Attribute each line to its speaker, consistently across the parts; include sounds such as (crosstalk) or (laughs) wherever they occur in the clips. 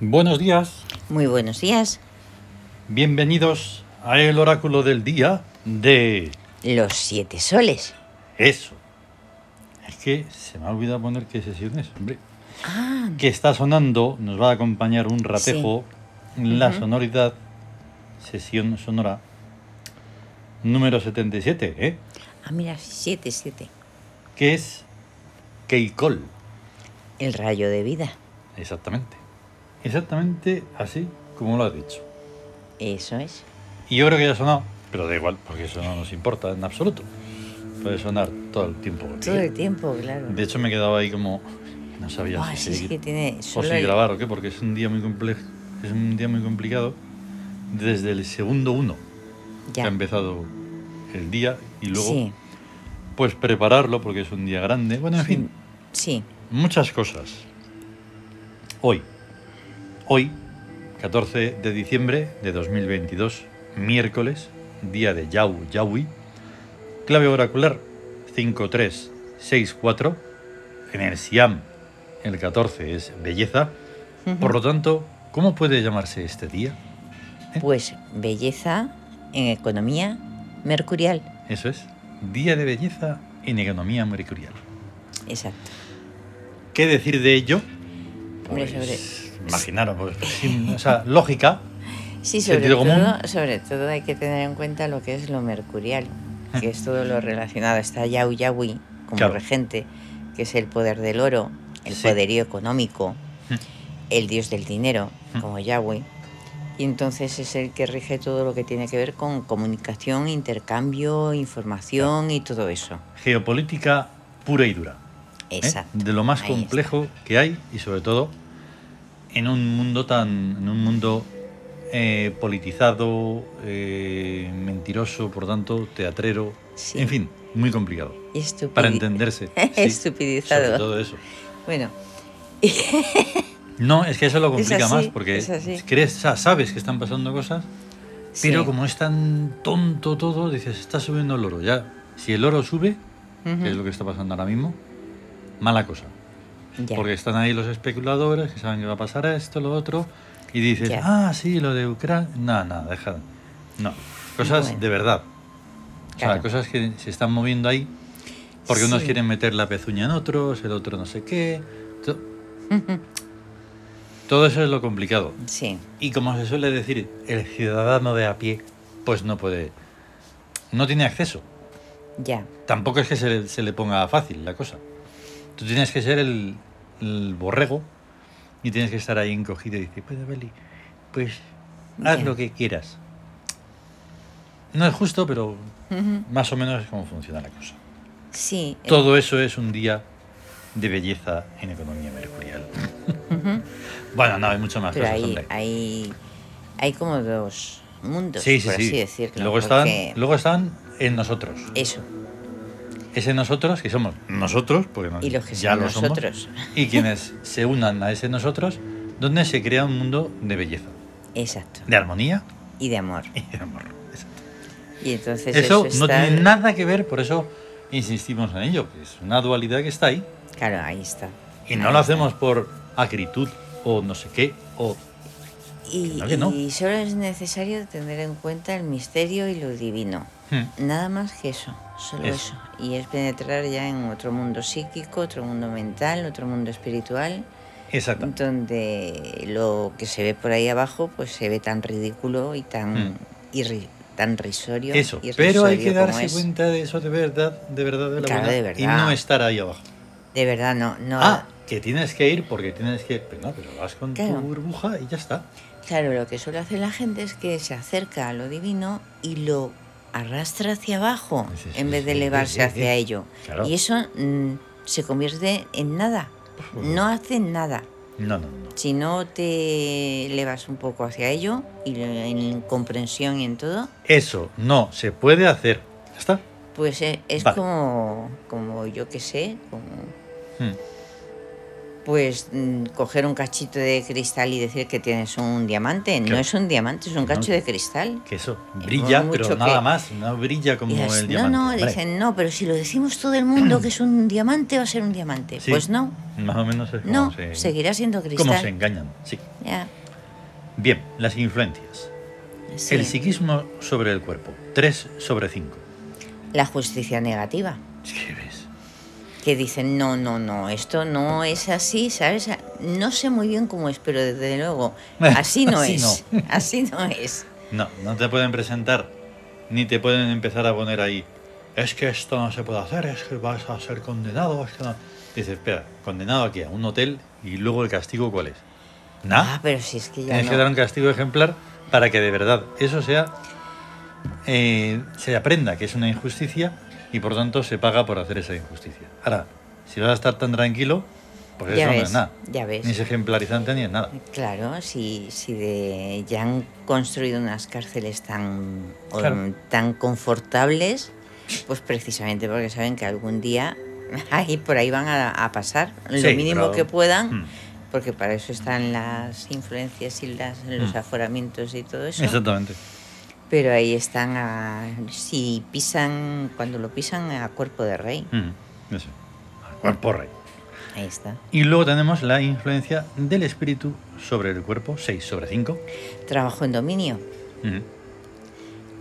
Speaker 1: Buenos días,
Speaker 2: Muy buenos días.
Speaker 1: bienvenidos a el oráculo del día de
Speaker 2: Los siete soles.
Speaker 1: eso. Es que se me ha olvidado poner qué sesión es, hombre.
Speaker 2: Ah,
Speaker 1: Que está sonando, nos va a acompañar un ratejo, la sonoridad, sesión sonora número 77, ¿eh?
Speaker 2: ah, mira, siete, siete.
Speaker 1: que es Keikol.
Speaker 2: El rayo de vida.
Speaker 1: Exactamente. Exactamente así como lo has dicho.
Speaker 2: Eso es.
Speaker 1: Y yo creo que ya ha sonado, pero da igual, porque eso no nos importa en absoluto. Puede sonar todo el tiempo. del
Speaker 2: Todo
Speaker 1: día.
Speaker 2: el tiempo, claro.
Speaker 1: De hecho, me quedaba ahí como. No sabía
Speaker 2: Buah,
Speaker 1: si
Speaker 2: si es
Speaker 1: seguir
Speaker 2: que tiene
Speaker 1: o
Speaker 2: solo
Speaker 1: si
Speaker 2: el-
Speaker 1: grabar o qué, porque es un día muy complejo. Es un día muy complicado. Desde el segundo uno que
Speaker 2: Ya.
Speaker 1: ha empezado el día y luego,
Speaker 2: sí,
Speaker 1: pues prepararlo porque es un día grande. Bueno, en
Speaker 2: sí,
Speaker 1: fin,
Speaker 2: sí,
Speaker 1: muchas cosas. Hoy, hoy, 14 de diciembre de 2022, miércoles, día de Yau Yaui, clave oracular 5364, en el Siam el 14 es belleza,
Speaker 2: Ujú.
Speaker 1: por lo tanto, ¿cómo puede llamarse este día? ¿Eh?
Speaker 2: Pues belleza en economía mercurial.
Speaker 1: Eso es, día de belleza en economía mercurial.
Speaker 2: Exacto.
Speaker 1: ¿Qué decir de ello?
Speaker 2: Hombre,
Speaker 1: Pues, imaginaros, pues, sin- o sea, lógica,
Speaker 2: Sí, sobre
Speaker 1: Sentido
Speaker 2: todo,
Speaker 1: común.
Speaker 2: sobre todo hay que tener en cuenta lo que es lo mercurial, que es todo lo relacionado. Está Yau Yahui como
Speaker 1: Ah. Claro.
Speaker 2: regente, que es el poder del oro, el
Speaker 1: Sí.
Speaker 2: poderío económico,
Speaker 1: Hmm.
Speaker 2: el dios del dinero,
Speaker 1: Hmm.
Speaker 2: como Yahweh. Y entonces es el que rige todo lo que tiene que ver con comunicación, intercambio, información y todo eso.
Speaker 1: geopolítica pura y dura. ¿eh?
Speaker 2: Exacto.
Speaker 1: De lo más
Speaker 2: Ahí está.
Speaker 1: complejo que hay y sobre todo en un mundo tan, en un mundo eh, politizado, eh, mentiroso, por tanto, teatrero,
Speaker 2: Sí.
Speaker 1: en fin, muy complicado
Speaker 2: Y estupidi-
Speaker 1: para
Speaker 2: (laughs)
Speaker 1: entenderse.
Speaker 2: Estupidizado.
Speaker 1: Sobre todo eso.
Speaker 2: Bueno,
Speaker 1: No, es que eso lo
Speaker 2: Es
Speaker 1: complica
Speaker 2: así,
Speaker 1: más porque
Speaker 2: es así.
Speaker 1: crees, sa- sabes que están pasando cosas, pero
Speaker 2: sí.
Speaker 1: como es tan tonto todo, dices, está subiendo el oro. Ya, si el oro sube,
Speaker 2: Ujú.
Speaker 1: que es lo que está pasando ahora mismo, mala cosa.
Speaker 2: Ya.
Speaker 1: Porque están ahí los especuladores que saben que va a pasar esto, lo otro, y dices,
Speaker 2: Ya.
Speaker 1: ah, sí, lo de Ucrania. No, no, deja. No. Cosas
Speaker 2: Bueno.
Speaker 1: de verdad. O sea,
Speaker 2: Claro.
Speaker 1: cosas que se están moviendo ahí porque unos
Speaker 2: Sí.
Speaker 1: quieren meter la pezuña en otros, el otro no sé qué. To- Todo eso es lo complicado.
Speaker 2: (laughs) Sí,
Speaker 1: Y como se suele decir, el ciudadano de a pie, pues no puede. No tiene acceso.
Speaker 2: ya. (laughs)
Speaker 1: Tampoco es que se, le- se le ponga fácil la cosa. Tú tienes que ser el, el borrego y tienes que estar ahí encogido y decir, pues, Abeli, pues haz
Speaker 2: Ya.
Speaker 1: lo que quieras. No es justo, pero
Speaker 2: Ujú.
Speaker 1: más o menos es como funciona la cosa.
Speaker 2: Sí. eh,
Speaker 1: Todo eso es un día de belleza en economía mercurial.
Speaker 2: ujú.
Speaker 1: Bueno, no, hay mucho más
Speaker 2: Pero
Speaker 1: cosas,
Speaker 2: hay,
Speaker 1: hombre.
Speaker 2: hay, hay como dos mundos,
Speaker 1: sí, sí,
Speaker 2: por
Speaker 1: sí.
Speaker 2: así decirlo.
Speaker 1: luego, están,
Speaker 2: porque
Speaker 1: luego están en nosotros.
Speaker 2: Eso,
Speaker 1: Ese nosotros, que somos nosotros, porque no-
Speaker 2: y los que
Speaker 1: ya
Speaker 2: son
Speaker 1: lo somos.
Speaker 2: nosotros.
Speaker 1: y quienes se unan a ese nosotros, donde se crea un mundo de belleza,
Speaker 2: Exacto.
Speaker 1: de armonía
Speaker 2: Y de amor.
Speaker 1: y de amor. Exacto.
Speaker 2: Y entonces
Speaker 1: Eso,
Speaker 2: eso,
Speaker 1: no
Speaker 2: está-
Speaker 1: tiene nada que ver, por eso insistimos en ello, que es una dualidad que está ahí
Speaker 2: Claro, ahí está.
Speaker 1: y no
Speaker 2: Ahí
Speaker 1: lo
Speaker 2: está.
Speaker 1: hacemos por acritud o no sé qué, o
Speaker 2: Y,
Speaker 1: no, que no.
Speaker 2: y solo es necesario tener en cuenta el misterio y lo divino.
Speaker 1: Hmm,
Speaker 2: Nada más que eso, solo
Speaker 1: Eso.
Speaker 2: eso. Y es penetrar ya en otro mundo psíquico, otro mundo mental, otro mundo espiritual,
Speaker 1: exactamente.
Speaker 2: donde lo que se ve por ahí abajo pues se ve tan ridículo y tan,
Speaker 1: Mm.
Speaker 2: irri- tan risorio.
Speaker 1: Eso,
Speaker 2: irrisorio
Speaker 1: pero hay que
Speaker 2: como
Speaker 1: darse
Speaker 2: es.
Speaker 1: cuenta de eso de verdad, de verdad, de la
Speaker 2: Claro,
Speaker 1: buena,
Speaker 2: de verdad.
Speaker 1: y no estar ahí abajo.
Speaker 2: De verdad, no. no
Speaker 1: Ah, que tienes que ir porque tienes que... Pero no, pero vas con
Speaker 2: Claro.
Speaker 1: tu burbuja y ya está.
Speaker 2: Claro, lo que suele hacer la gente es que se acerca a lo divino y lo arrastra hacia abajo
Speaker 1: Sí, sí,
Speaker 2: en vez de
Speaker 1: sí,
Speaker 2: elevarse
Speaker 1: sí, sí,
Speaker 2: hacia
Speaker 1: sí.
Speaker 2: ello.
Speaker 1: Claro.
Speaker 2: Y eso mm, se convierte en nada.
Speaker 1: Pues
Speaker 2: No hace nada.
Speaker 1: No, no, no.
Speaker 2: Si no te elevas un poco hacia ello, y en comprensión y en todo,
Speaker 1: Eso no se puede hacer. ¿Ya está?
Speaker 2: Pues e- es,
Speaker 1: Vale.
Speaker 2: como, como yo que sé, como,
Speaker 1: Hmm.
Speaker 2: pues mm, coger un cachito de cristal y decir que tienes un diamante.
Speaker 1: Claro.
Speaker 2: No es un diamante, es un
Speaker 1: No.
Speaker 2: cacho de cristal.
Speaker 1: Que eso,
Speaker 2: Eh,
Speaker 1: brilla,
Speaker 2: mucho
Speaker 1: pero
Speaker 2: que-
Speaker 1: nada más, no brilla como
Speaker 2: Y
Speaker 1: el
Speaker 2: las- no,
Speaker 1: diamante.
Speaker 2: no,
Speaker 1: Vale.
Speaker 2: dicen, no, pero si lo decimos todo el mundo que es un diamante, va a ser un diamante.
Speaker 1: Sí.
Speaker 2: Pues no,
Speaker 1: Más o menos es como
Speaker 2: no,
Speaker 1: se,
Speaker 2: seguirá siendo cristal.
Speaker 1: cómo se engañan. Sí.
Speaker 2: Ya,
Speaker 1: Bien, las influencias.
Speaker 2: sí.
Speaker 1: El psiquismo sobre el cuerpo, 3 sobre 5.
Speaker 2: La justicia negativa.
Speaker 1: ¿Qué ves?
Speaker 2: que dicen, no, no, no, esto no es así, ¿sabes? No sé muy bien cómo es, pero
Speaker 1: (laughs)
Speaker 2: desde luego, así no
Speaker 1: Así
Speaker 2: es, (laughs) así no es.
Speaker 1: No, no te pueden presentar, ni te pueden empezar a poner ahí. Es que esto no se puede hacer, es que vas a ser condenado. Es que no". Dices, espera, condenado aquí a un hotel y luego el castigo, ¿cuál es? Nada.
Speaker 2: Ah, pero si es que ya
Speaker 1: Tienes que dar
Speaker 2: no.
Speaker 1: un castigo ejemplar para que de verdad eso sea. eh, se aprenda que es una injusticia y por tanto se paga por hacer esa injusticia. Ahora, si vas a estar tan tranquilo, pues
Speaker 2: Ya
Speaker 1: eso no
Speaker 2: ves,
Speaker 1: es nada.
Speaker 2: ya ves.
Speaker 1: Ni es ejemplarizante ni es nada.
Speaker 2: Claro, si, si de, ya han construido unas cárceles tan, o-
Speaker 1: Claro.
Speaker 2: tan confortables, pues precisamente porque saben que algún día (laughs) ahí por ahí van a, a pasar lo
Speaker 1: Sí,
Speaker 2: mínimo
Speaker 1: pero-
Speaker 2: que puedan,
Speaker 1: Mm.
Speaker 2: porque para eso están las influencias y las, los
Speaker 1: Mm.
Speaker 2: aforamientos y todo eso.
Speaker 1: Exactamente.
Speaker 2: Pero ahí están a. Si pisan. Cuando lo pisan a cuerpo de rey.
Speaker 1: Mm. Eso. Al Cuerpo rey.
Speaker 2: Ahí está.
Speaker 1: Y luego tenemos la influencia del espíritu sobre el cuerpo, 6 sobre 5.
Speaker 2: Trabajo en dominio.
Speaker 1: Mm.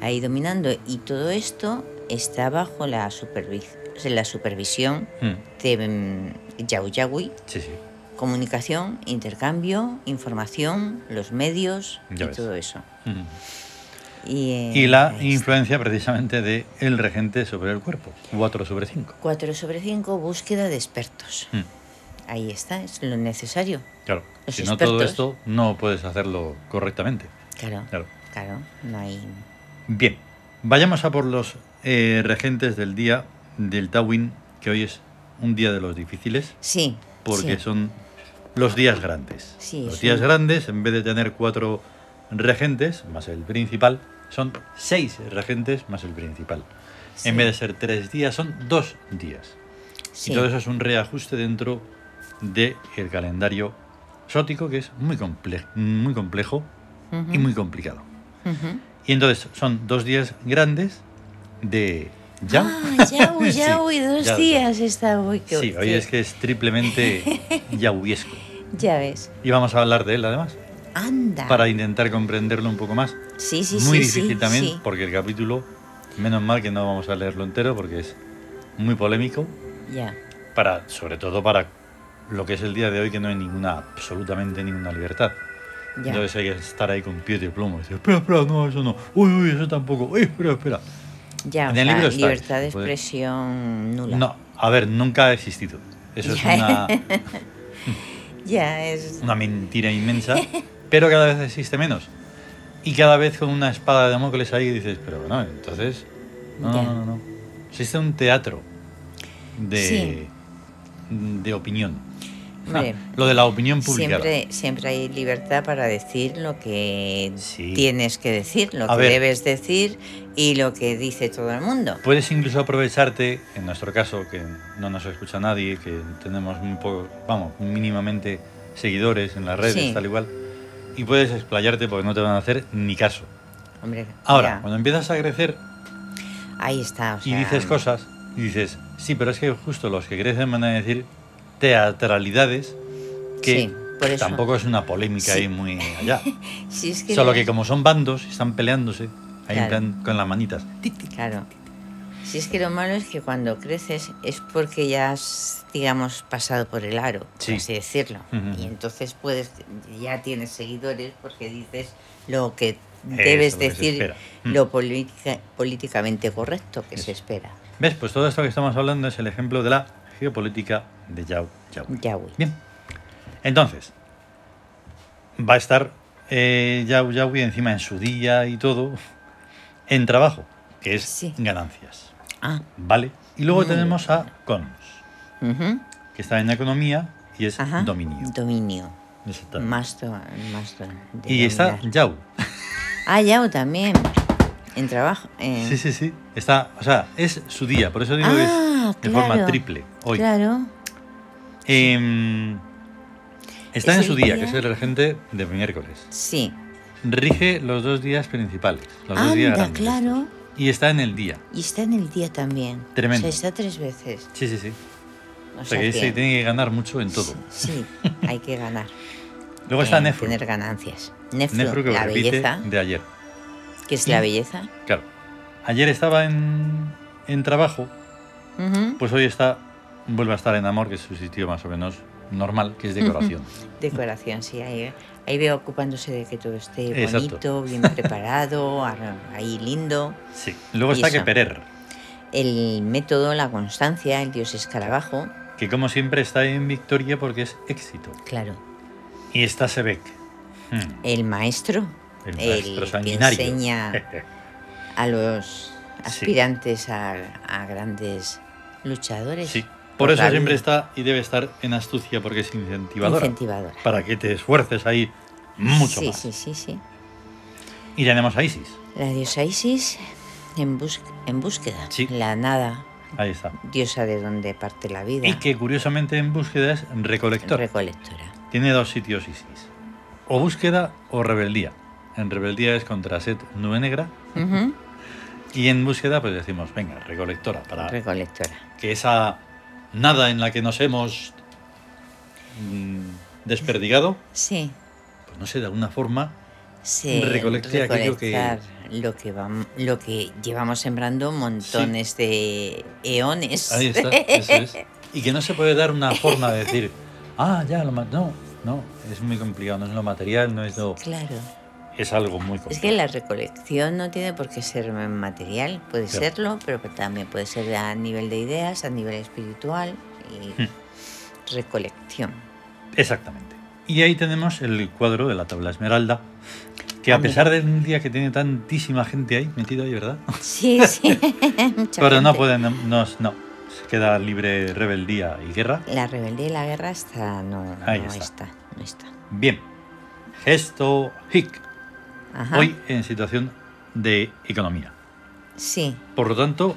Speaker 2: Ahí dominando. Y todo esto está bajo la, supervis- o sea, la supervisión
Speaker 1: Mm.
Speaker 2: de mm, Yau Yaui.
Speaker 1: Sí, sí.
Speaker 2: Comunicación, intercambio, información, los medios
Speaker 1: Ya
Speaker 2: y
Speaker 1: ves.
Speaker 2: todo eso.
Speaker 1: Mm.
Speaker 2: Y, eh,
Speaker 1: Y la
Speaker 2: ahí está.
Speaker 1: influencia precisamente de el regente sobre el cuerpo, 4 sobre 5.
Speaker 2: 4 sobre 5, búsqueda de expertos.
Speaker 1: Mm,
Speaker 2: Ahí está, es lo necesario.
Speaker 1: Claro,
Speaker 2: Los
Speaker 1: si no todo
Speaker 2: expertos.
Speaker 1: esto no puedes hacerlo correctamente.
Speaker 2: Claro,
Speaker 1: Claro.
Speaker 2: claro, no hay.
Speaker 1: Bien, vayamos a por los eh, regentes del día del Tawin, que hoy es un día de los difíciles,
Speaker 2: Sí.
Speaker 1: porque
Speaker 2: sí.
Speaker 1: son los días grandes.
Speaker 2: Sí,
Speaker 1: los
Speaker 2: es
Speaker 1: días
Speaker 2: un-
Speaker 1: grandes, en vez de tener cuatro regentes, más el principal, son seis regentes más el principal.
Speaker 2: Sí.
Speaker 1: En vez de ser tres días, son dos días.
Speaker 2: Sí.
Speaker 1: Y todo eso es un reajuste dentro del calendario sótico, que es muy, comple- muy complejo
Speaker 2: Ujú,
Speaker 1: y muy complicado.
Speaker 2: ujú.
Speaker 1: Y entonces son dos días grandes de ya.
Speaker 2: Ah, Yau,
Speaker 1: (laughs) Sí,
Speaker 2: Yau, y dos
Speaker 1: ya, ya.
Speaker 2: días está hoy. que-
Speaker 1: Sí, hoy
Speaker 2: que-
Speaker 1: es que es
Speaker 2: (laughs)
Speaker 1: triplemente yahuiesco.
Speaker 2: Ya ves.
Speaker 1: Y vamos a hablar de él además,
Speaker 2: Anda.
Speaker 1: para intentar comprenderlo un poco más.
Speaker 2: Sí, sí,
Speaker 1: muy
Speaker 2: sí,
Speaker 1: difícil
Speaker 2: sí,
Speaker 1: también,
Speaker 2: sí.
Speaker 1: porque el capítulo, menos mal que no vamos a leerlo entero, porque es muy polémico,
Speaker 2: Ya.
Speaker 1: para, sobre todo para lo que es el día de hoy, que no hay ninguna, absolutamente ninguna libertad.
Speaker 2: Ya.
Speaker 1: Entonces hay que estar ahí con pies de plomo. Decir, espera, espera, no, eso no. Uy, uy, eso tampoco. Uy, espera, espera.
Speaker 2: ya, o
Speaker 1: en el
Speaker 2: sea,
Speaker 1: libro está,
Speaker 2: libertad de
Speaker 1: se puede-
Speaker 2: expresión nula.
Speaker 1: No, a ver, nunca ha existido. Eso es
Speaker 2: Ya.
Speaker 1: una,
Speaker 2: Ya es.
Speaker 1: una mentira
Speaker 2: (laughs)
Speaker 1: inmensa, pero cada vez existe menos. Y cada vez con una espada de Damocles ahí dices, pero bueno, entonces. No,
Speaker 2: Ya.
Speaker 1: no, no, no. Existe un teatro de,
Speaker 2: Sí.
Speaker 1: de opinión.
Speaker 2: Hombre,
Speaker 1: (laughs) Lo de la opinión publicada.
Speaker 2: Siempre, siempre hay libertad para decir lo que
Speaker 1: Sí.
Speaker 2: tienes que decir, lo
Speaker 1: A
Speaker 2: que
Speaker 1: ver.
Speaker 2: debes decir y lo que dice todo el mundo.
Speaker 1: Puedes incluso aprovecharte, en nuestro caso, que no nos escucha nadie, que tenemos muy poco, vamos, mínimamente seguidores en las redes,
Speaker 2: Sí.
Speaker 1: tal igual, y puedes explayarte porque no te van a hacer ni caso.
Speaker 2: Hombre,
Speaker 1: Ahora,
Speaker 2: ya,
Speaker 1: cuando empiezas a crecer
Speaker 2: ahí está. o
Speaker 1: y
Speaker 2: sea,
Speaker 1: dices cosas, y dices, sí, pero es que justo los que crecen van a decir teatralidades que
Speaker 2: Sí, por eso.
Speaker 1: tampoco es una polémica
Speaker 2: Sí.
Speaker 1: ahí muy
Speaker 2: (laughs)
Speaker 1: allá.
Speaker 2: Si es que
Speaker 1: Solo
Speaker 2: la-
Speaker 1: que como son bandos y están peleándose, ahí en
Speaker 2: Claro.
Speaker 1: plan con las manitas. tic, tic,
Speaker 2: Claro. Si es que lo malo es que cuando creces es porque ya has, digamos, pasado por el aro,
Speaker 1: Sí.
Speaker 2: por así decirlo.
Speaker 1: Ujú.
Speaker 2: Y entonces puedes, ya tienes seguidores porque dices lo que debes
Speaker 1: lo que se
Speaker 2: decir,
Speaker 1: espera. Mm.
Speaker 2: lo politica- políticamente correcto que se
Speaker 1: Eso.
Speaker 2: espera.
Speaker 1: ¿Ves? Pues todo esto que estamos hablando es el ejemplo de la geopolítica de Yao Yao.
Speaker 2: Ya voy.
Speaker 1: Bien. Entonces, va a estar eh, Yao Yahui encima en su día y todo en trabajo, que es
Speaker 2: Sí.
Speaker 1: ganancias.
Speaker 2: Ah,
Speaker 1: ¿Vale? Y luego
Speaker 2: Mm.
Speaker 1: tenemos a Cons,
Speaker 2: ujú.
Speaker 1: que está en economía y es
Speaker 2: Ajá.
Speaker 1: dominio.
Speaker 2: Dominio.
Speaker 1: Exactamente.
Speaker 2: Más, do- más do- de
Speaker 1: y está
Speaker 2: dominar.
Speaker 1: Yao.
Speaker 2: Ah, Yao también. En trabajo. eh. en-
Speaker 1: Sí, sí, sí. Está, o sea, es su día, por eso digo que
Speaker 2: Ah,
Speaker 1: es de forma
Speaker 2: claro.
Speaker 1: triple hoy.
Speaker 2: Claro.
Speaker 1: Em, Está
Speaker 2: Es
Speaker 1: en
Speaker 2: el
Speaker 1: su día,
Speaker 2: día-
Speaker 1: que es el regente de miércoles.
Speaker 2: Sí.
Speaker 1: Rige los dos días principales. Los dos días
Speaker 2: Anda,
Speaker 1: grandes.
Speaker 2: Ah, claro.
Speaker 1: Y está en el día.
Speaker 2: Y está en el día también.
Speaker 1: Tremendo.
Speaker 2: O sea, está tres veces.
Speaker 1: Sí, sí, sí.
Speaker 2: O
Speaker 1: O
Speaker 2: sea
Speaker 1: sea que se
Speaker 2: que-
Speaker 1: tiene que ganar mucho en todo.
Speaker 2: Sí, hay que ganar.
Speaker 1: (laughs) Luego está
Speaker 2: eh,
Speaker 1: Nefru.
Speaker 2: Tener ganancias. Nefru,
Speaker 1: Nefru que
Speaker 2: la
Speaker 1: repite
Speaker 2: belleza.
Speaker 1: de ayer.
Speaker 2: Que es la belleza.
Speaker 1: Claro. Ayer estaba en, en trabajo,
Speaker 2: Ujú.
Speaker 1: pues hoy está vuelve a estar en amor, que es su sitio más o menos normal, que es
Speaker 2: (laughs)
Speaker 1: decoración.
Speaker 2: Decoración, sí. Ahí, ahí veo ocupándose de que todo esté
Speaker 1: Exacto.
Speaker 2: bonito, bien (laughs) preparado, ar- ahí lindo.
Speaker 1: Sí. Luego
Speaker 2: Y
Speaker 1: está
Speaker 2: esa.
Speaker 1: que Perer,
Speaker 2: El método, la constancia, el dios escarabajo.
Speaker 1: que como siempre está en victoria porque es éxito.
Speaker 2: Claro.
Speaker 1: Y está Sebek. Hmm,
Speaker 2: El maestro.
Speaker 1: El
Speaker 2: que
Speaker 1: maestro sanguinario.
Speaker 2: enseña a los aspirantes a, a grandes
Speaker 1: (laughs)
Speaker 2: luchadores.
Speaker 1: sí. Por eso
Speaker 2: la
Speaker 1: siempre
Speaker 2: vida.
Speaker 1: está y debe estar en astucia porque es incentivadora.
Speaker 2: Incentivadora.
Speaker 1: Para que te esfuerces ahí mucho
Speaker 2: sí,
Speaker 1: más.
Speaker 2: Sí, sí, sí.
Speaker 1: Y tenemos a Isis.
Speaker 2: La diosa Isis en, bus- en búsqueda.
Speaker 1: Sí.
Speaker 2: La nada,
Speaker 1: Ahí está.
Speaker 2: diosa de donde parte la vida.
Speaker 1: Y que curiosamente en búsqueda es recolector.
Speaker 2: Recolectora.
Speaker 1: Tiene dos sitios Isis. O búsqueda o rebeldía. En rebeldía es contra Set Nube Negra.
Speaker 2: Ujú,
Speaker 1: Y en búsqueda pues decimos, venga, recolectora. Para
Speaker 2: Recolectora.
Speaker 1: que esa nada en la que nos hemos mm, desperdigado,
Speaker 2: Sí.
Speaker 1: pues no sé, de alguna forma,
Speaker 2: Se
Speaker 1: Recolecte aquello que-
Speaker 2: recolectar lo que vam- lo que llevamos sembrando montones de eones.
Speaker 1: ahí
Speaker 2: (laughs)
Speaker 1: está. eso es. Y que no se puede dar una forma de decir, ah, ya, lo ma- no, no, es muy complicado, no es lo material, no es lo...
Speaker 2: Claro.
Speaker 1: Es algo muy complicado.
Speaker 2: Es que la recolección no tiene por qué ser material, puede
Speaker 1: Claro.
Speaker 2: serlo, pero que también puede ser a nivel de ideas, a nivel espiritual y
Speaker 1: Hmm. (laughs)
Speaker 2: recolección.
Speaker 1: Exactamente. Y ahí tenemos el cuadro de la tabla esmeralda, que a
Speaker 2: Hombre.
Speaker 1: pesar del día que tiene tantísima gente ahí metida ahí, ¿verdad?
Speaker 2: Sí, sí. (laughs) mucha
Speaker 1: Pero no
Speaker 2: gente.
Speaker 1: pueden, no, no, se queda libre rebeldía y guerra.
Speaker 2: La rebeldía y la guerra está, no, no
Speaker 1: Ahí
Speaker 2: está.
Speaker 1: está.
Speaker 2: no está.
Speaker 1: Bien, gesto hic,
Speaker 2: Ajá.
Speaker 1: hoy en situación de economía.
Speaker 2: Sí,
Speaker 1: Por lo tanto,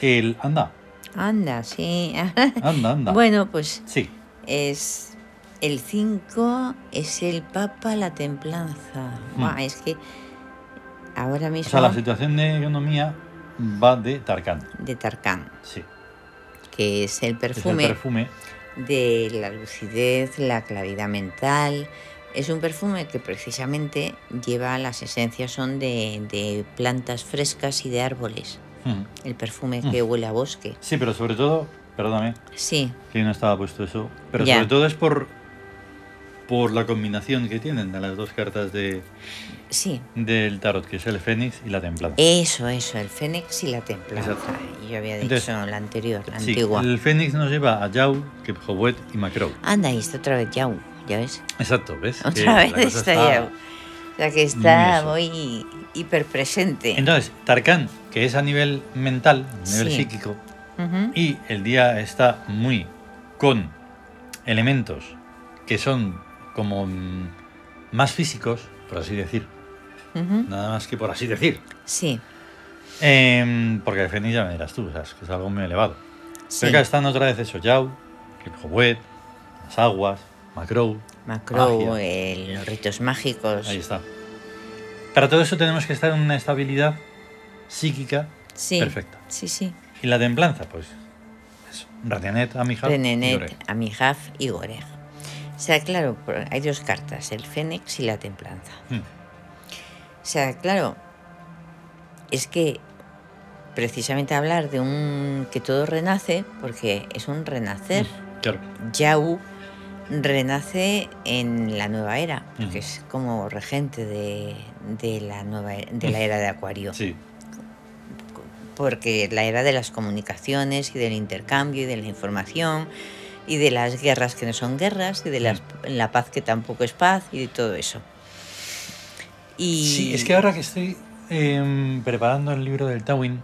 Speaker 1: el anda,
Speaker 2: anda, sí.
Speaker 1: anda, anda.
Speaker 2: (laughs) bueno, pues
Speaker 1: Sí,
Speaker 2: es el 5, es el Papa, la templanza. Buah,
Speaker 1: Hmm.
Speaker 2: es que ahora
Speaker 1: o
Speaker 2: mismo
Speaker 1: sea, la situación de economía va de Tarkan,
Speaker 2: de Tarkan,
Speaker 1: sí.
Speaker 2: que es el
Speaker 1: Es el
Speaker 2: perfume.
Speaker 1: perfume,
Speaker 2: de la lucidez, la claridad mental. Es un perfume que precisamente lleva las esencias son de, de plantas frescas y de árboles.
Speaker 1: Ujú.
Speaker 2: El perfume
Speaker 1: Mm.
Speaker 2: que huele a bosque.
Speaker 1: Sí, pero sobre todo, perdóname,
Speaker 2: Sí,
Speaker 1: que no estaba puesto eso. Pero
Speaker 2: Ya.
Speaker 1: sobre todo es por por la combinación que tienen de las dos cartas de,
Speaker 2: sí.
Speaker 1: del tarot, que es el Fénix y la Templanza.
Speaker 2: Eso, eso, el fénix y la templanza.
Speaker 1: Exacto.
Speaker 2: Yo había dicho
Speaker 1: Entonces,
Speaker 2: la anterior, la
Speaker 1: Sí,
Speaker 2: antigua.
Speaker 1: el Fénix nos lleva a Yau, Kepjobuet y Macro.
Speaker 2: Anda, ahí está otra vez Yau, ¿ya ves?
Speaker 1: Exacto, ¿ves? Que
Speaker 2: Otra
Speaker 1: la
Speaker 2: vez
Speaker 1: cosa
Speaker 2: está
Speaker 1: está-
Speaker 2: Yau. O sea que está
Speaker 1: Eso.
Speaker 2: hoy hiperpresente.
Speaker 1: Entonces, Tarkan, que es a nivel mental, a nivel
Speaker 2: Sí.
Speaker 1: psíquico,
Speaker 2: Ujú.
Speaker 1: y el día está muy con elementos que son como mm, más físicos, por así decir.
Speaker 2: Ujú.
Speaker 1: Nada más que por así decir.
Speaker 2: Sí,
Speaker 1: Em, porque el Fénix ya me dirás tú, ¿sabes? que es algo muy elevado.
Speaker 2: sí.
Speaker 1: Pero acá están otra vez eso, Yau, Kipjobuet, las aguas, Macro,
Speaker 2: Macro,
Speaker 1: Magia.
Speaker 2: eh, los ritos mágicos.
Speaker 1: ahí está. Para todo eso tenemos que estar en una estabilidad psíquica
Speaker 2: Sí.
Speaker 1: perfecta.
Speaker 2: Sí, sí.
Speaker 1: Y la templanza, pues, eso, Ranenet, Amija,
Speaker 2: Renenet,
Speaker 1: Yore.
Speaker 2: Amijaf y Goreg. O sea, claro, por- hay dos cartas, el Fénix y la Templanza.
Speaker 1: Hmm.
Speaker 2: O sea, claro, es que precisamente hablar de un que todo renace, porque es un renacer.
Speaker 1: Mm, Claro,
Speaker 2: Yau renace en la nueva era,
Speaker 1: Ujú.
Speaker 2: porque es como regente de, de la nueva e- de la
Speaker 1: Mm.
Speaker 2: era de Acuario.
Speaker 1: sí,
Speaker 2: porque la era de las comunicaciones y del intercambio y de la información y de las guerras que no son guerras y de las-
Speaker 1: Mm.
Speaker 2: la paz que tampoco es paz y de todo eso. Y
Speaker 1: Sí, es que ahora que estoy em, preparando el libro del Tawin,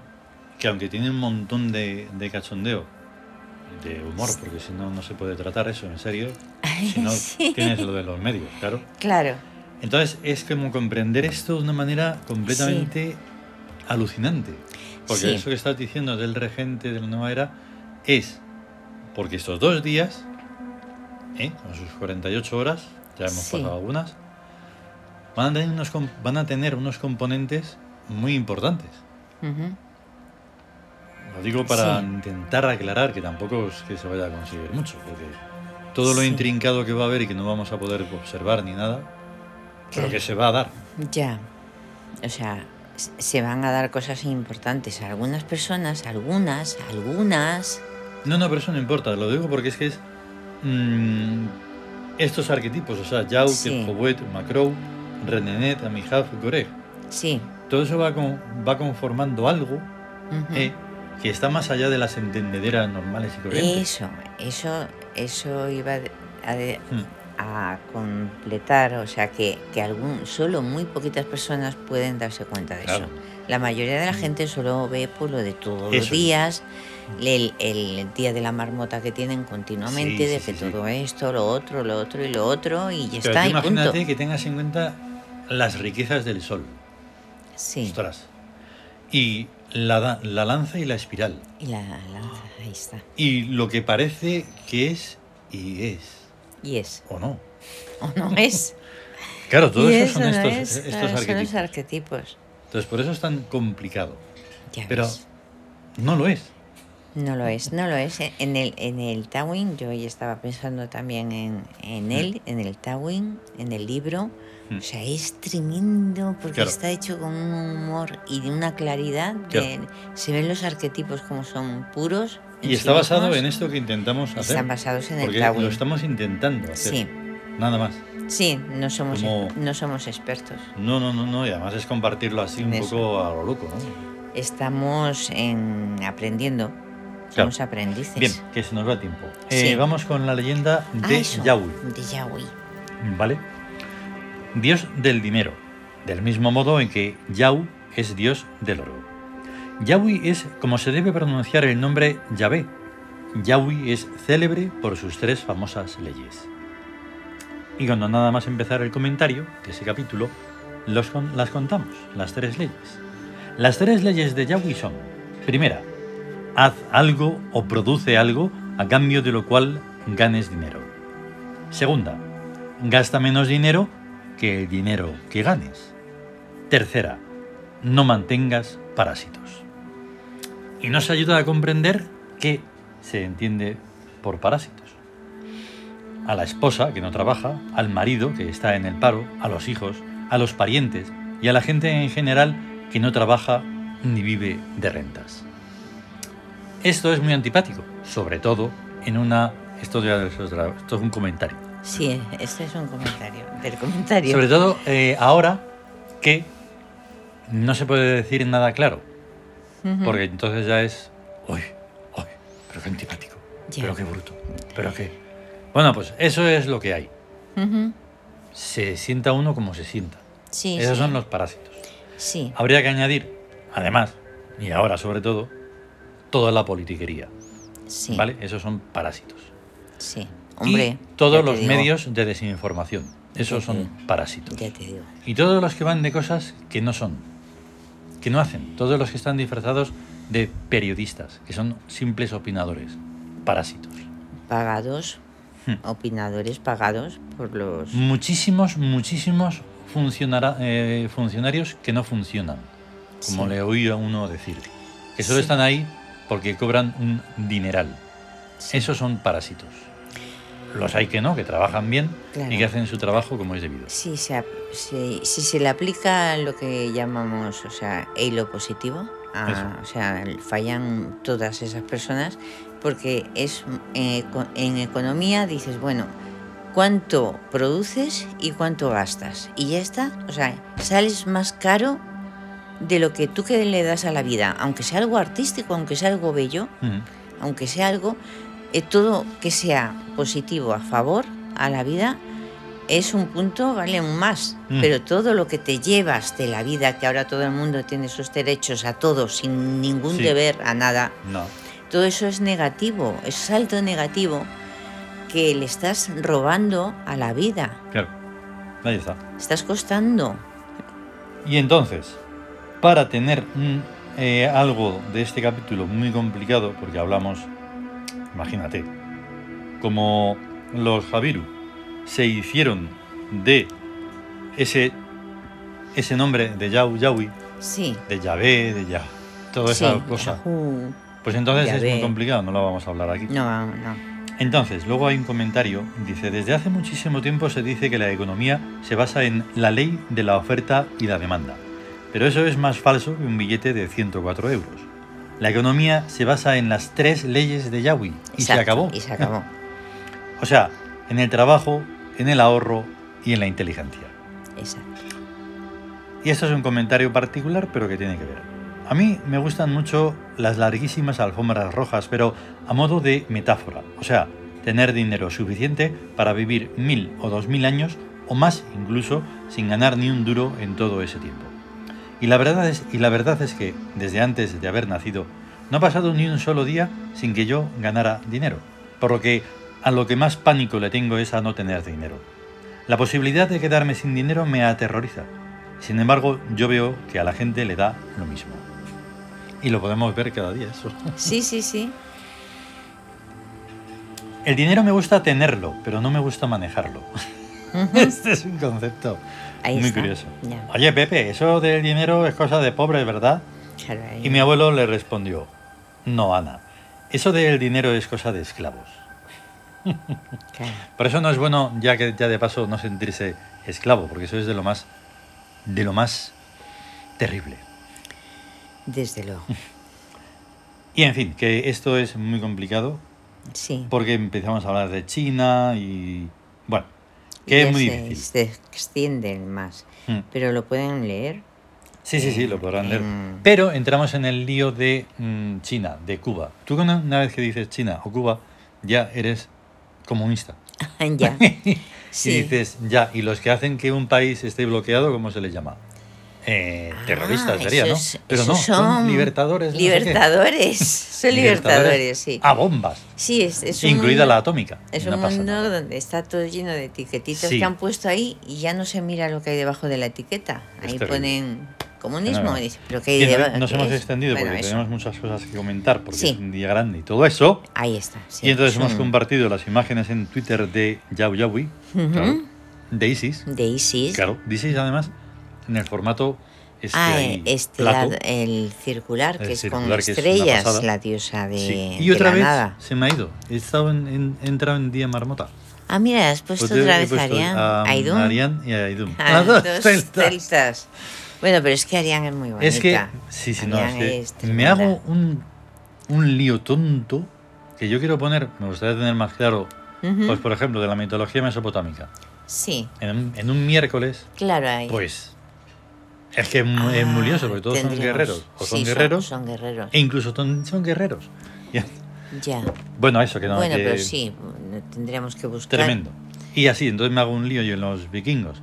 Speaker 1: que aunque tiene un montón de, de cachondeo, de humor, porque si no, no se puede tratar eso, en serio. Si no,
Speaker 2: (laughs) Sí.
Speaker 1: tienes lo de los medios, claro.
Speaker 2: claro,
Speaker 1: Entonces, es como comprender esto de una manera completamente alucinante. Porque
Speaker 2: Sí.
Speaker 1: eso que estás diciendo del regente de la nueva era es porque estos dos días ¿eh? con sus 48 horas, ya hemos
Speaker 2: Sí.
Speaker 1: pasado algunas, van a, tener unos, com- van a tener unos componentes muy importantes.
Speaker 2: Ujú.
Speaker 1: Lo digo para
Speaker 2: Sí.
Speaker 1: intentar aclarar que tampoco es que se vaya a conseguir mucho, porque todo lo
Speaker 2: Sí.
Speaker 1: intrincado que va a haber y que no vamos a poder observar ni nada, pero
Speaker 2: Claro.
Speaker 1: que se va a dar.
Speaker 2: Ya. O sea, s- se van a dar cosas importantes a algunas personas, algunas, algunas.
Speaker 1: No, no, pero eso no importa, lo digo porque es que es mm, estos arquetipos, o sea, Yao,
Speaker 2: Sí.
Speaker 1: Tepowet, Macrow, Renenet, Amijaf, Goreg.
Speaker 2: Sí.
Speaker 1: Todo eso va, con- va conformando algo
Speaker 2: Ujú.
Speaker 1: ¿eh? que está más allá de las entendederas normales y corrientes.
Speaker 2: Eso, eso, eso iba a de- a, de-
Speaker 1: Mm.
Speaker 2: a completar, o sea que, que algún, solo muy poquitas personas pueden darse cuenta de
Speaker 1: Claro. Hmm.
Speaker 2: eso. La mayoría de la gente solo ve pues, lo de
Speaker 1: Eso
Speaker 2: todos los
Speaker 1: es. Hmm.
Speaker 2: días, el, el día de la marmota que tienen continuamente,
Speaker 1: Sí,
Speaker 2: de
Speaker 1: sí,
Speaker 2: que
Speaker 1: sí, sí.
Speaker 2: todo esto, lo otro, lo otro y lo otro, y
Speaker 1: Pero
Speaker 2: ya está,
Speaker 1: tú
Speaker 2: y punto.
Speaker 1: imagínate que tengas en cuenta las riquezas del sol.
Speaker 2: Sí,
Speaker 1: Ostras. Y la, da- la lanza y la espiral.
Speaker 2: y la lanza, ahí está.
Speaker 1: Y lo que parece que es y es.
Speaker 2: Y es,
Speaker 1: ¿O no?
Speaker 2: o
Speaker 1: (laughs)
Speaker 2: no es.
Speaker 1: Claro, todo
Speaker 2: y
Speaker 1: eso son
Speaker 2: no
Speaker 1: estos,
Speaker 2: es,
Speaker 1: estos
Speaker 2: claro, son
Speaker 1: arquetipos.
Speaker 2: los arquetipos.
Speaker 1: Entonces, por eso es tan complicado.
Speaker 2: Ya
Speaker 1: Pero-
Speaker 2: ves.
Speaker 1: No lo es.
Speaker 2: No lo es, no lo es. En el, en el Tawin, yo hoy estaba pensando también en, en él, en el Tawin, en el libro.
Speaker 1: Mm.
Speaker 2: O sea, es tremendo porque
Speaker 1: Claro.
Speaker 2: está hecho con un humor y de una claridad. de- se ven los arquetipos como son puros. en Ah,
Speaker 1: Y
Speaker 2: sí
Speaker 1: está basado
Speaker 2: mismos,
Speaker 1: en esto que intentamos hacer.
Speaker 2: Están basados en el
Speaker 1: porque
Speaker 2: Tawin.
Speaker 1: lo estamos intentando hacer.
Speaker 2: Sí,
Speaker 1: Nada más.
Speaker 2: sí, no somos,
Speaker 1: Como-
Speaker 2: no somos expertos.
Speaker 1: No, no, no, no. Y además es compartirlo así un
Speaker 2: Eso.
Speaker 1: poco a lo loco, ¿no?
Speaker 2: Estamos en, aprendiendo.
Speaker 1: Claro.
Speaker 2: Somos aprendices.
Speaker 1: Bien, que se nos va tiempo.
Speaker 2: Sí.
Speaker 1: Eh, vamos con la leyenda
Speaker 2: Ah,
Speaker 1: de
Speaker 2: eso,
Speaker 1: Yahweh.
Speaker 2: De Yahweh.
Speaker 1: ¿Vale? Dios del dinero, del mismo modo en que Yau es dios del oro. Yahweh es como se debe pronunciar el nombre Yahvé. Yahweh es célebre por sus tres famosas leyes. Y cuando nada más empezar el comentario de ese capítulo, los con- las contamos, las tres leyes. Las tres leyes de Yahweh son, primera, haz algo o produce algo a cambio de lo cual ganes dinero. Segunda, gasta menos dinero que el dinero que ganes. Tercera, no mantengas parásitos. Y nos ayuda a comprender qué se entiende por parásitos. A la esposa que no trabaja, al marido que está en el paro, a los hijos, a los parientes y a la gente en general que no trabaja ni vive de rentas. Esto es muy antipático, sobre todo en una... Esto, ya es otra- esto es un comentario.
Speaker 2: Sí, este es un comentario.
Speaker 1: (laughs)
Speaker 2: Del comentario.
Speaker 1: Sobre todo eh, ahora que no se puede decir nada claro,
Speaker 2: Ujú.
Speaker 1: porque entonces ya es, uy, uy, pero qué antipático,
Speaker 2: Ya.
Speaker 1: pero qué bruto, pero qué... Bueno, pues eso es lo que hay.
Speaker 2: Ujú.
Speaker 1: Se sienta uno como se sienta.
Speaker 2: Sí,
Speaker 1: Esos
Speaker 2: sí.
Speaker 1: son los parásitos.
Speaker 2: Sí,
Speaker 1: Habría que añadir, además, y ahora sobre todo, toda la politiquería,
Speaker 2: sí.
Speaker 1: ¿vale? Esos son parásitos.
Speaker 2: Sí. Hombre.
Speaker 1: y todos
Speaker 2: ya te
Speaker 1: los
Speaker 2: digo,
Speaker 1: medios de desinformación, esos
Speaker 2: Ya te
Speaker 1: son
Speaker 2: digo.
Speaker 1: parásitos.
Speaker 2: Ya te digo.
Speaker 1: Y todos los que van de cosas que no son, que no hacen. Todos los que están disfrazados de periodistas, que son simples opinadores, parásitos.
Speaker 2: Pagados,
Speaker 1: Hmm.
Speaker 2: opinadores pagados por los.
Speaker 1: Muchísimos, muchísimos funcionara- eh, funcionarios que no funcionan, como
Speaker 2: Sí.
Speaker 1: le oí a uno decir. Que solo
Speaker 2: Sí.
Speaker 1: están ahí porque cobran un dineral.
Speaker 2: Sí.
Speaker 1: Esos son parásitos. Los hay que no, que trabajan bien y
Speaker 2: Claro.
Speaker 1: que hacen su trabajo como es debido.
Speaker 2: Sí, se ap- sí, sí, se le aplica lo que llamamos, o sea, halo positivo. a-
Speaker 1: Eso.
Speaker 2: o sea, fallan todas esas personas porque es eh, co- en economía dices, bueno, cuánto produces y cuánto gastas. Y ya está. O sea, sales más caro de lo que tú que le das a la vida. Aunque sea algo artístico, aunque sea algo bello,
Speaker 1: Ujú.
Speaker 2: aunque sea algo, eh, todo que sea positivo a favor a la vida es un punto, vale, un más.
Speaker 1: Mm.
Speaker 2: Pero todo lo que te llevas de la vida, que ahora todo el mundo tiene sus derechos a todo, sin ningún
Speaker 1: Sí.
Speaker 2: deber a nada,
Speaker 1: No.
Speaker 2: todo eso es negativo, es salto negativo que le estás robando a la vida,
Speaker 1: Claro. Ahí está.
Speaker 2: estás costando.
Speaker 1: Y entonces, para tener un, eh, algo de este capítulo muy complicado, porque hablamos, imagínate, como los Javiru se hicieron de ese, ese nombre de Yau, Yahweh,
Speaker 2: Sí.
Speaker 1: de Yahvé, de Yah, toda
Speaker 2: sí,
Speaker 1: esa cosa.
Speaker 2: Yahoo.
Speaker 1: Pues entonces es muy
Speaker 2: Yahvé.
Speaker 1: complicado, no lo vamos a hablar aquí.
Speaker 2: No, no.
Speaker 1: Entonces, luego hay un comentario, dice, desde hace muchísimo tiempo se dice que la economía se basa en la ley de la oferta y la demanda, pero eso es más falso que un billete de 104 euros. La economía se basa en las tres leyes de Yahweh y se
Speaker 2: Exacto,
Speaker 1: acabó.
Speaker 2: Y se acabó.
Speaker 1: O sea, en el trabajo, en el ahorro y en la inteligencia.
Speaker 2: Exacto.
Speaker 1: Y esto es un comentario particular, pero que tiene que ver. A mí me gustan mucho las larguísimas alfombras rojas, pero a modo de metáfora. O sea, tener dinero suficiente para vivir mil o dos mil años, o más incluso, sin ganar ni un duro en todo ese tiempo. Y la verdad es, y la verdad es que, desde antes de haber nacido, no ha pasado ni un solo día sin que yo ganara dinero. Por lo que a lo que más pánico le tengo es a no tener dinero. La posibilidad de quedarme sin dinero me aterroriza. Sin embargo, yo veo que a la gente le da lo mismo. Y lo podemos ver cada día eso.
Speaker 2: Sí, sí,
Speaker 1: (laughs)
Speaker 2: sí.
Speaker 1: El dinero me gusta tenerlo, pero no me gusta manejarlo. (laughs) Este es un concepto
Speaker 2: Ahí
Speaker 1: muy
Speaker 2: está.
Speaker 1: curioso.
Speaker 2: Ya.
Speaker 1: Oye, Pepe, eso del dinero es cosa de pobres, ¿verdad?
Speaker 2: Claro, ahí.
Speaker 1: Y mi abuelo le respondió, no, Ana, eso del dinero es cosa de esclavos.
Speaker 2: Claro.
Speaker 1: Por eso no es bueno, ya que ya de paso, no sentirse esclavo, porque eso es de lo más, de lo más terrible.
Speaker 2: Desde
Speaker 1: (laughs)
Speaker 2: luego.
Speaker 1: Y en fin, que esto es muy complicado,
Speaker 2: Sí.
Speaker 1: porque empezamos a hablar de China y bueno, que
Speaker 2: Ya
Speaker 1: es muy
Speaker 2: se-
Speaker 1: difícil.
Speaker 2: Se extienden más.
Speaker 1: Mm.
Speaker 2: Pero lo pueden leer. (laughs)
Speaker 1: Sí, sí, sí, lo podrán leer.
Speaker 2: Mm.
Speaker 1: Pero entramos en el lío de mm, China, de Cuba. Tú con- una vez que dices China o Cuba, ya eres comunista.
Speaker 2: ya.
Speaker 1: (laughs) Y
Speaker 2: Sí.
Speaker 1: dices, ya, y los que hacen que un país esté bloqueado, ¿cómo se les llama? Eh, terroristas
Speaker 2: Ah,
Speaker 1: sería, ¿no?
Speaker 2: esos-
Speaker 1: Pero no,
Speaker 2: esos
Speaker 1: son libertadores. no sé qué. (laughs)
Speaker 2: libertadores. Son libertadores, sí.
Speaker 1: A bombas,
Speaker 2: Sí, es, es un
Speaker 1: incluida
Speaker 2: mundo-
Speaker 1: la atómica.
Speaker 2: Es
Speaker 1: No
Speaker 2: un
Speaker 1: pasa
Speaker 2: mundo
Speaker 1: nada.
Speaker 2: donde está todo lleno de etiquetitas
Speaker 1: Sí.
Speaker 2: que han puesto ahí y ya no se mira lo que hay debajo de la etiqueta.
Speaker 1: Es
Speaker 2: Ahí
Speaker 1: terrible.
Speaker 2: ponen
Speaker 1: No,
Speaker 2: comunismo
Speaker 1: no.
Speaker 2: y dices, pero ¿qué hay
Speaker 1: Y no-
Speaker 2: debajo?
Speaker 1: nos
Speaker 2: ¿Qué
Speaker 1: hemos
Speaker 2: es?
Speaker 1: extendido
Speaker 2: Bueno,
Speaker 1: porque
Speaker 2: eso.
Speaker 1: tenemos muchas cosas que comentar porque
Speaker 2: Sí.
Speaker 1: es un día grande y todo eso.
Speaker 2: Ahí está. sí,
Speaker 1: y entonces hemos
Speaker 2: son
Speaker 1: compartido las imágenes en Twitter de Yau Yaui,
Speaker 2: Ujú.
Speaker 1: claro, de ISIS,
Speaker 2: De ISIS.
Speaker 1: claro, de ISIS además en el formato este,
Speaker 2: Ah,
Speaker 1: ahí,
Speaker 2: este
Speaker 1: plato.
Speaker 2: lado, el circular, que
Speaker 1: El
Speaker 2: es
Speaker 1: circular,
Speaker 2: con
Speaker 1: que es una
Speaker 2: estrellas,
Speaker 1: pasada.
Speaker 2: la diosa de,
Speaker 1: Sí.
Speaker 2: de
Speaker 1: Y otra
Speaker 2: la
Speaker 1: vez
Speaker 2: nada.
Speaker 1: se me ha ido. He estado en, en- he entrado en día marmota.
Speaker 2: Ah, mira, has puesto
Speaker 1: Porque
Speaker 2: otra
Speaker 1: Pues he
Speaker 2: vez a
Speaker 1: puesto
Speaker 2: Arián.
Speaker 1: a
Speaker 2: Aidún.
Speaker 1: Arián y a Aidún. (laughs)
Speaker 2: A
Speaker 1: Las dos
Speaker 2: dos
Speaker 1: celtas.
Speaker 2: celtas. Bueno, pero es que Arián es muy bonita.
Speaker 1: Es que, sí, sí, no, es
Speaker 2: Arián
Speaker 1: que
Speaker 2: es
Speaker 1: me
Speaker 2: tremenda.
Speaker 1: hago un, un lío tonto que yo quiero poner, me gustaría tener más claro,
Speaker 2: Ujú.
Speaker 1: pues por ejemplo, de la mitología mesopotámica.
Speaker 2: Sí,
Speaker 1: En, un- en un miércoles,
Speaker 2: claro, ahí.
Speaker 1: pues, es que es mu- es
Speaker 2: Ah,
Speaker 1: muy lioso, porque todos son
Speaker 2: tendríamos-
Speaker 1: guerreros, o son
Speaker 2: sí,
Speaker 1: guerreros,
Speaker 2: Son, guerreros.
Speaker 1: e incluso ton- son guerreros. Y-
Speaker 2: Ya.
Speaker 1: Bueno, eso que no,
Speaker 2: bueno,
Speaker 1: que
Speaker 2: pero sí, mm, tendríamos que buscar.
Speaker 1: tremendo. Y así, entonces me hago un lío yo en los vikingos.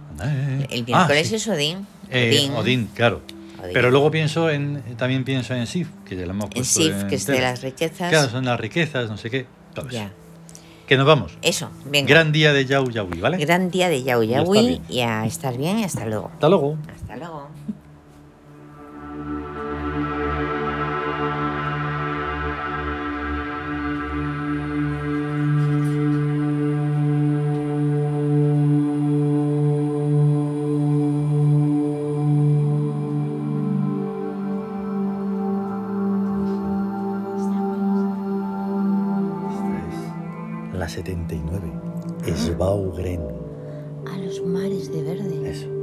Speaker 2: El miércoles
Speaker 1: Ah, sí.
Speaker 2: es Odín.
Speaker 1: Eh, Odín. claro.
Speaker 2: Odín.
Speaker 1: Pero luego pienso en, también pienso en Sif, que ya lo hemos
Speaker 2: El
Speaker 1: puesto
Speaker 2: Sif, que es de
Speaker 1: tela.
Speaker 2: las riquezas.
Speaker 1: pues, Claro, son las riquezas, no sé qué. todo eso.
Speaker 2: ya.
Speaker 1: Que nos vamos.
Speaker 2: Eso, venga.
Speaker 1: Gran día de Yau Yaui, ¿vale?
Speaker 2: Gran día de Yau
Speaker 1: Ya está
Speaker 2: Yaui
Speaker 1: bien.
Speaker 2: y a estar bien y hasta luego.
Speaker 1: Hasta luego.
Speaker 2: Hasta luego.
Speaker 1: La 79. Svaugren.
Speaker 2: A los mares de verde.
Speaker 1: Eso.